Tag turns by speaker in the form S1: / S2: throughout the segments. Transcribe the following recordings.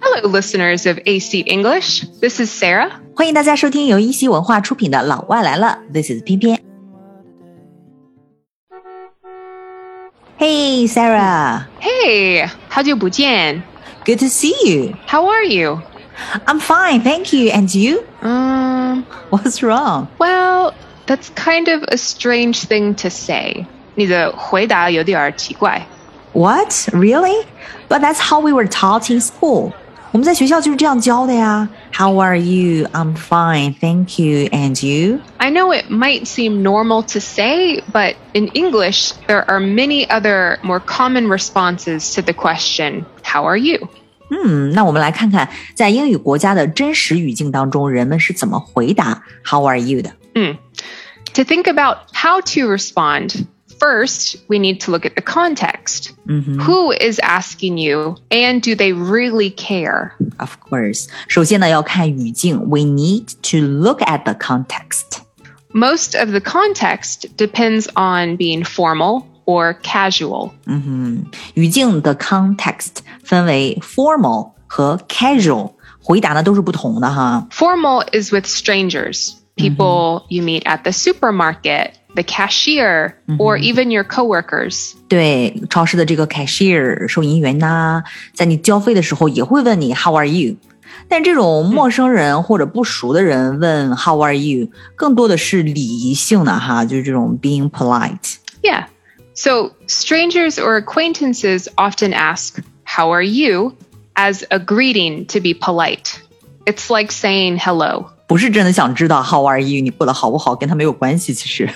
S1: Hello, listeners of AC English. This is Sarah.
S2: 欢迎大家收听由一席文化出品的《老外来了》，This is 偏偏。Hey Sarah，Good
S1: Hey, 好久不见.
S2: to see you.
S1: How are you?
S2: I'm fine, thank you. And you?
S1: Um,
S2: What's wrong?
S1: well, that's kind of a strange thing to say. 你的回答有点儿奇怪.
S2: What? Really? But that's how we were taught in school. 我们在学校就是这样教的呀。How are you? I'm fine, thank you. And you?
S1: I know it might seem normal to say, but in English, there are many other more common responses to the question, How are you?
S2: 嗯，那我们来看看在英语国家的真实语境当中，人们是怎么回答 “How are you” 的。
S1: To think about how to respond, first, we need to look at the context. Who is asking you, and do they really care?
S2: Of course，首先呢要看语境。We need to look at the context。
S1: Most of the context depends on being formal or casual.
S2: 嗯语境的 context 分为 formal 和 casual，回答呢都是不同的哈。
S1: Formal is with strangers, people you meet at the supermarket, the cashier, or even your coworkers.
S2: 对，超市的这个 cashier 收银员呐、在你交费的时候也会问你 How are you？但这种陌生人或者不熟的人问 How are you，更多的是礼仪性的哈，就是这种 being polite。
S1: Yeah. So strangers or acquaintances often ask, How are you? as a greeting to be polite. It's like saying hello.
S2: 不是真的想知道 How are you，你过得好不好，跟他没有关系，其实。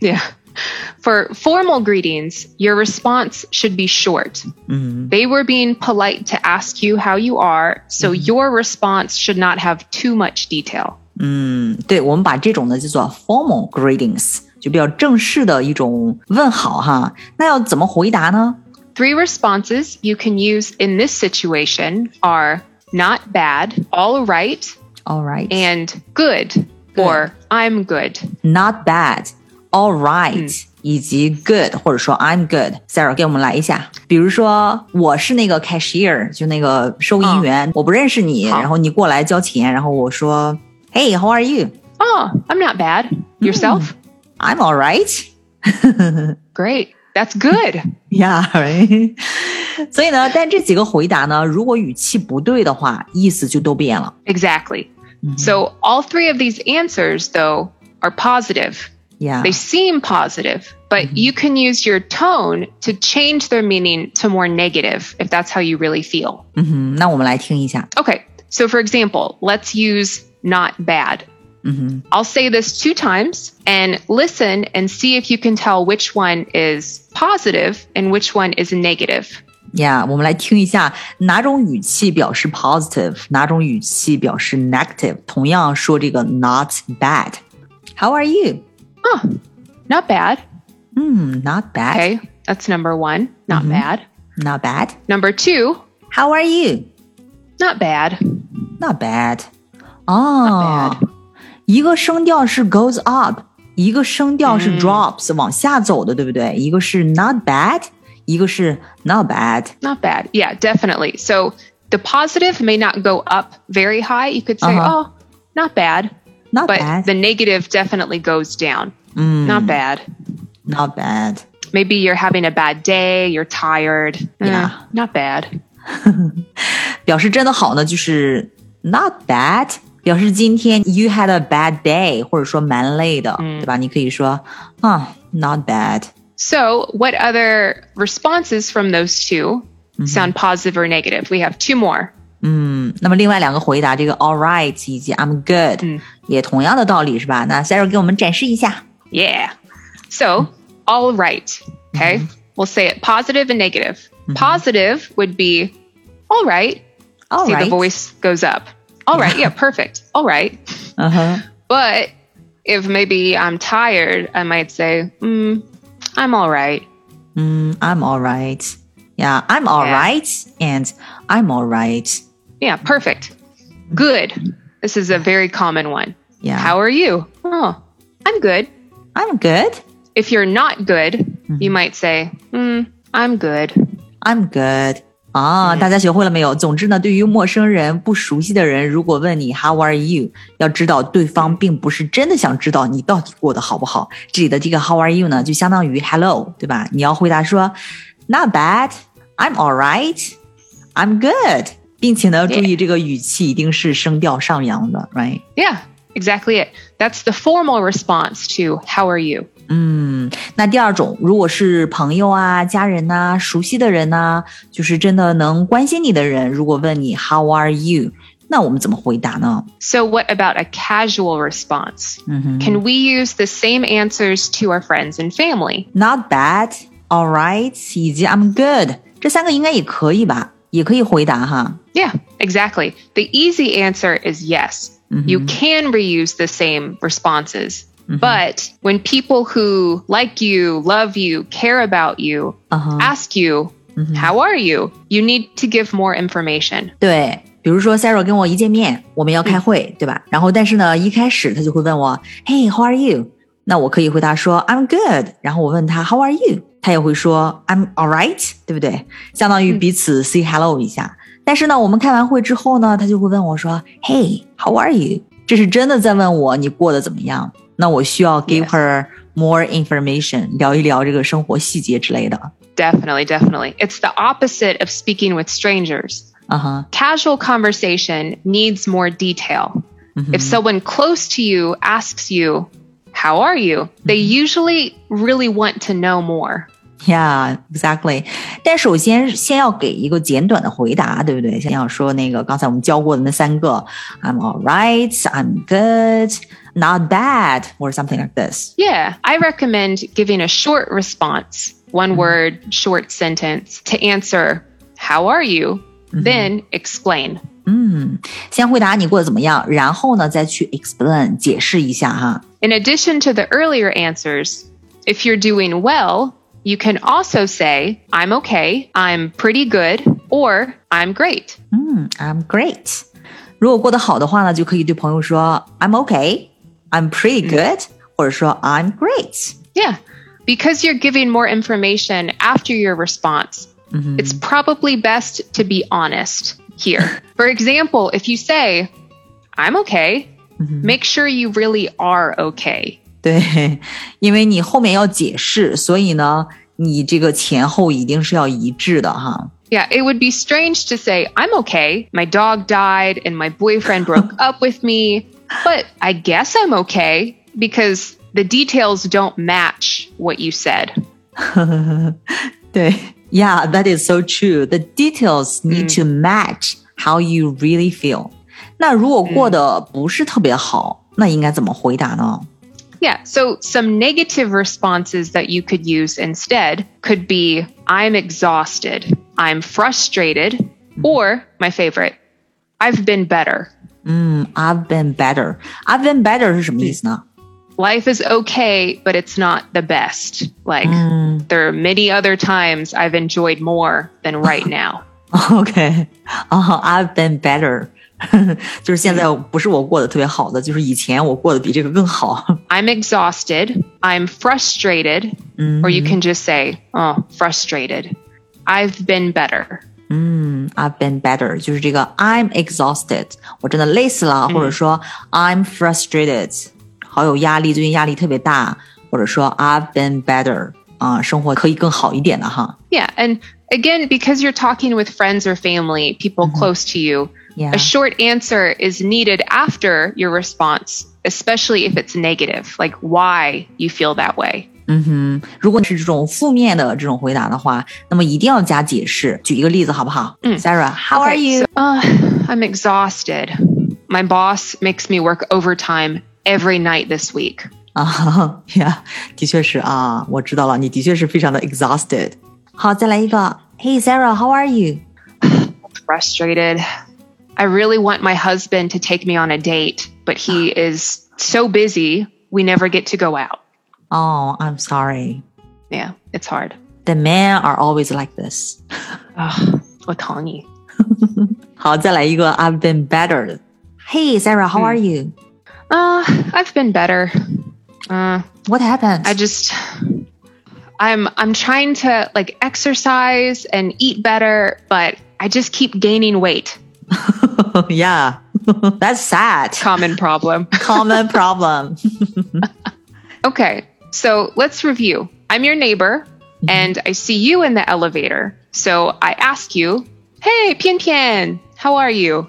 S1: Yeah. For formal greetings, your response should be short. They were being polite to ask you how you are, so your response should not have too much detail.
S2: 嗯，对，我们把这种呢叫做 formal greetings，就比较正式的一种问好哈。那要怎么回答呢？
S1: Three responses you can use in this situation are not bad, all right,
S2: All right,
S1: and good, or I'm good.
S2: not bad. All right，、以
S1: 嗯
S2: 及 good，或者说 I'm good。Sarah 给我们来一下，比如说我是那个 cashier，就那个收银员，我不认识你，
S1: 哦好
S2: 然后你过来交钱，然后我说 Hey，how are you？
S1: Oh, I'm not bad. Yourself?
S2: I'm all right.
S1: Great. That's good.
S2: Yeah, right. 所以呢，但这几个回答呢，如果语气不对的话，意思就都变了。
S1: Exactly. So, all three of these answers, though, are positive.
S2: Yeah.
S1: They seem positive, but you can use your tone to change their meaning to more negative if that's how you really feel.
S2: 嗯哼，那我们来听一下。
S1: Okay. So, for example, let's use not bad.
S2: 嗯
S1: I'll say this two times and listen and see if you can tell which one is positive and which one is negative.
S2: 哼，呀，我们来听一下哪种语气表示 positive，哪种语气表示 negative。同样说这个 not bad。How are you？
S1: Not bad.
S2: 嗯，not bad，not
S1: Okay. That's number one. Not
S2: Mm-hmm.
S1: bad.
S2: bad。
S1: Number two,
S2: How are you？not
S1: not bad.
S2: bad。哦
S1: Not，
S2: 一个声调是 goes up，一个声调
S1: 嗯
S2: 是 drops，往下走的，对不对？一个是 not bad，一个是 not bad。
S1: Not bad. Yeah, definitely. So the positive may not go up very high. You could say, oh,
S2: Uh-huh.
S1: not bad.
S2: Not
S1: But
S2: bad. Mm.
S1: the negative definitely goes down. Not bad.
S2: Not bad.
S1: Maybe you're having a bad day, you're tired. Eh,
S2: Yeah.
S1: not bad.
S2: 表示真的好呢，就是 not bad。表示今天 you had a bad day，或者说蛮累的，
S1: 嗯
S2: 对吧？你可以说啊、not bad。
S1: So, what other responses from those 2
S2: Mm-hmm.
S1: sound positive or negative? We have two more.
S2: 嗯，那么另外两个回答，这个 all right 以及 I'm good，、也
S1: 嗯
S2: 同样的道理是吧？那 Sarah 给我们展示一下。
S1: Yeah. So, all right. Okay.
S2: Mm-hmm.
S1: We'll say it positive and negative. Positive would be all right.
S2: All
S1: See, the
S2: right，
S1: voice goes up. All right. Yeah, perfect. All right.
S2: 嗯哼
S1: But if maybe I'm tired, I might say, mm, I'm all right.
S2: 嗯，I'm all right，yeah，I'm all
S1: Yeah.
S2: right，and I'm all right，yeah，
S1: Yeah, perfect. Good. This is a very common one. How are you? Oh, I'm good.
S2: I'm good，I'm Mm-hmm.
S1: If you're not good, you might say, mm, I'm good.
S2: good，啊，大家学会了没有？总之呢，对于陌生人、不熟悉的人，如果问你 How are you，要知道对方并不是真的想知道你到底过得好不好。这里的这个 How are you 呢，就相当于 Hello，对吧？你要回答说 Not bad，I'm alright，I'm good，并且呢，注
S1: Yeah
S2: 意这个语气一定是声调上扬的，right？
S1: Yeah, exactly it. That's the formal response to how are you?
S2: 嗯，那第二种，如果是朋友啊、家人呐、熟悉的人呐、就是真的能关心你的人，如果问你 How are you，那我们怎么回答呢？
S1: So, what about a casual response?
S2: 嗯哼
S1: Can we use the same answers to our friends and family?
S2: ，Not bad, all right，以及 I'm good，这三个应该也可以吧？也可以回答哈。
S1: Yeah, exactly. The easy answer is yes. You can reuse the same responses. But when people who like you, love you, care about you
S2: 嗯哼，
S1: ask you, How are you? You need to give more information.
S2: 对，比如说 Sarah 跟我一见面，我们要
S1: 嗯
S2: 开会，对吧？然后但是呢，一开始他就会问我，Hey，how are you？那我可以回答说 I'm good，然后我问他 How are you？他也会说 I'm alright，对不对？相当于
S1: 嗯
S2: 彼此 say hello 一下。但是呢，我们开完会之后呢，他就会问我说，Hey，how are you？这是真的在问我你过得怎么样？那我需要 give
S1: Yes.
S2: her more information，聊一聊这个生活细节之类的。
S1: Definitely, definitely. It's the opposite of speaking with strangers.
S2: 啊哈，
S1: Casual conversation needs more detail.
S2: 嗯
S1: If
S2: Mm-hmm.
S1: someone close to you asks you, How are you? They usually really want to know more.
S2: Yeah, exactly. 但首先先要给一个简短的回答，对不对？先要说那个刚才我们教过的那三个，I'm all right, I'm good, not bad, or something like this.
S1: Yeah, I recommend giving a short response, one word, short sentence to answer, How are you? Then explain.
S2: 嗯，先回答你过得怎么样，然后呢再去 explain 解释一下哈。
S1: In addition to the earlier answers, if you're doing well, you can also say, I'm okay, I'm pretty good, or I'm great.
S2: 嗯，I'm great。如果过得好的话呢，就可以对朋友说 I'm okay, I'm pretty good，、或者说 I'm great。
S1: Yeah. Because you're giving more information after your response, it's probably best to be honest here. For example, if you say, I'm okay, make sure you really are okay.
S2: 对，因为你后面要解释，所以呢，你这个前后一定是要一致的哈。
S1: Yeah, it would be strange to say, I'm okay. My dog died and my boyfriend broke up with me, but I guess I'm okay because the details don't match what you said.
S2: 对，Yeah, that is so true. The details need to match how you really feel. 那如果过得不是特别好，那应该怎么回答呢？
S1: Yeah, so some negative responses that you could use instead could be, I'm exhausted, I'm frustrated, or my favorite, I've been better.
S2: 嗯，I've been better. I've been better 是什么意思呢？
S1: Life is okay, but it's not the best. Like,
S2: 嗯
S1: there are many other times I've enjoyed more than right now.
S2: ，OK，啊、i v e been better，就是现在不是我过得特别好的，就是以前我过得比这个更好。
S1: I'm exhausted. I'm frustrated. Or you can just say, oh, frustrated. I've been better.
S2: 嗯，I've been better，就是这个 I'm exhausted，我真的累死了，
S1: 嗯
S2: 或者说 I'm frustrated，好有压力，最近压力特别大，或者说 I've been better，啊、生活可以更好一点的哈。
S1: Yeah. And again, because you're talking with friends or family, people close to you,
S2: Mm-hmm. Yeah.
S1: a short answer is needed after your response, especially if it's negative, like why you feel that way.
S2: 嗯哼，如果是这种负面的这种回答的话，那么一定要加解释。举一个例子好不好？嗯，Sarah，How are
S1: Okay,
S2: you？
S1: so, uh, I'm exhausted. My boss makes me work overtime every night this week.
S2: 啊呀，的确是啊，我知道了，你的确是非常的 exhausted。好，再来一个，Hey Sarah，How are you？
S1: frustrated. I really want my husband to take me on a date, but he is so busy, we never get to go out.
S2: 哦、i m sorry。
S1: Yeah, it's hard.
S2: The men are always like this。
S1: Ugh, Otani.
S2: 好，再来一个，I've been better。Hey Sarah，how are you?、
S1: Uh, I've been better. Uh,
S2: What happened?
S1: I just I'm I'm trying to like exercise and eat better, but I just keep gaining weight.
S2: yeah, that's sad.
S1: Common problem.
S2: Common problem.
S1: Okay, so let's review. I'm your neighbor, and I see you in the elevator. So I ask you, Hey, Pian Pian, how are you?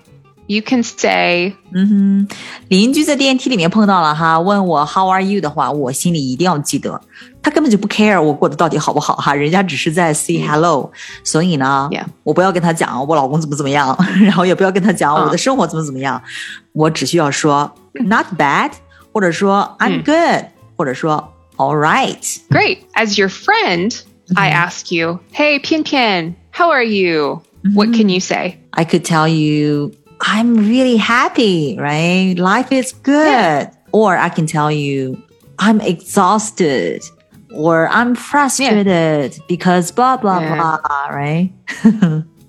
S1: You can say,
S2: 嗯哼，邻居在电梯里面碰到了哈，问我 How are you 的话，我心里一定要记得，他根本就不 care 我过得到底好不好哈，人家只是在 say hello，、所以呢
S1: Yeah
S2: 我不要跟他讲我老公怎么怎么样， 然后也不要跟他讲
S1: 嗯
S2: 我的生活怎么怎么样，我只需要 说 Not bad，或者说 I'm
S1: 嗯
S2: good，、或者说 All right，
S1: Great. As your friend, I ask you, Hey, Pian Pian, how are you? What can you say?
S2: I could tell you, I'm really happy, right? Life is good. Or I can tell you, I'm exhausted or I'm frustrated because blah, blah,
S1: Yeah.
S2: blah, right?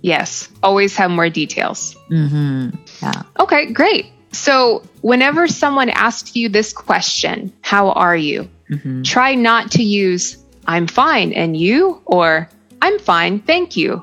S1: Yes, always have more details.
S2: Mm-hmm. Yeah.
S1: Okay, great. So, whenever someone asks you this question, How are you?
S2: hmm
S1: try not to use I'm fine and you or I'm fine, thank you.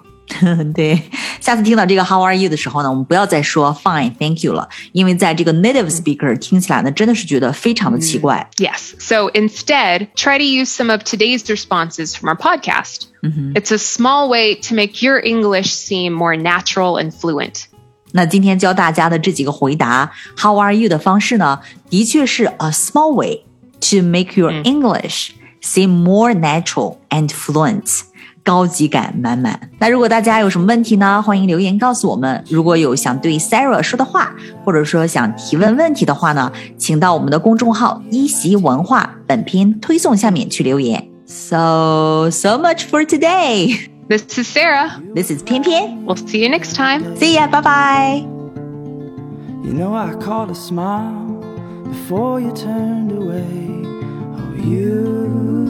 S2: 对，下次听到这个 How are you 的时候呢，我们不要再说 Fine, Thank you 了，因为在这个 native speaker 听起来呢，真的是觉得非常的奇怪。
S1: Yes. So instead, try to use some of today's responses from our podcast.
S2: Mm-hmm.
S1: It's a small way to make your English seem more natural and fluent.
S2: 那今天教大家的这几个回答 “How are you” 的方式呢，的确是 a small way to make your
S1: 嗯
S2: English seem more natural and fluent，高级感满满。那如果大家有什么问题呢，欢迎留言告诉我们。如果有想对 Sarah 说的话，或者说想提问问题的话呢，请到我们的公众号“一席文化”本篇推送下面去留言。So so much for today.
S1: This is Sarah.
S2: This is 偏偏
S1: We'll see you next time.
S2: See ya, bye bye.
S3: You know I caught a smile before you turned away. Oh, you.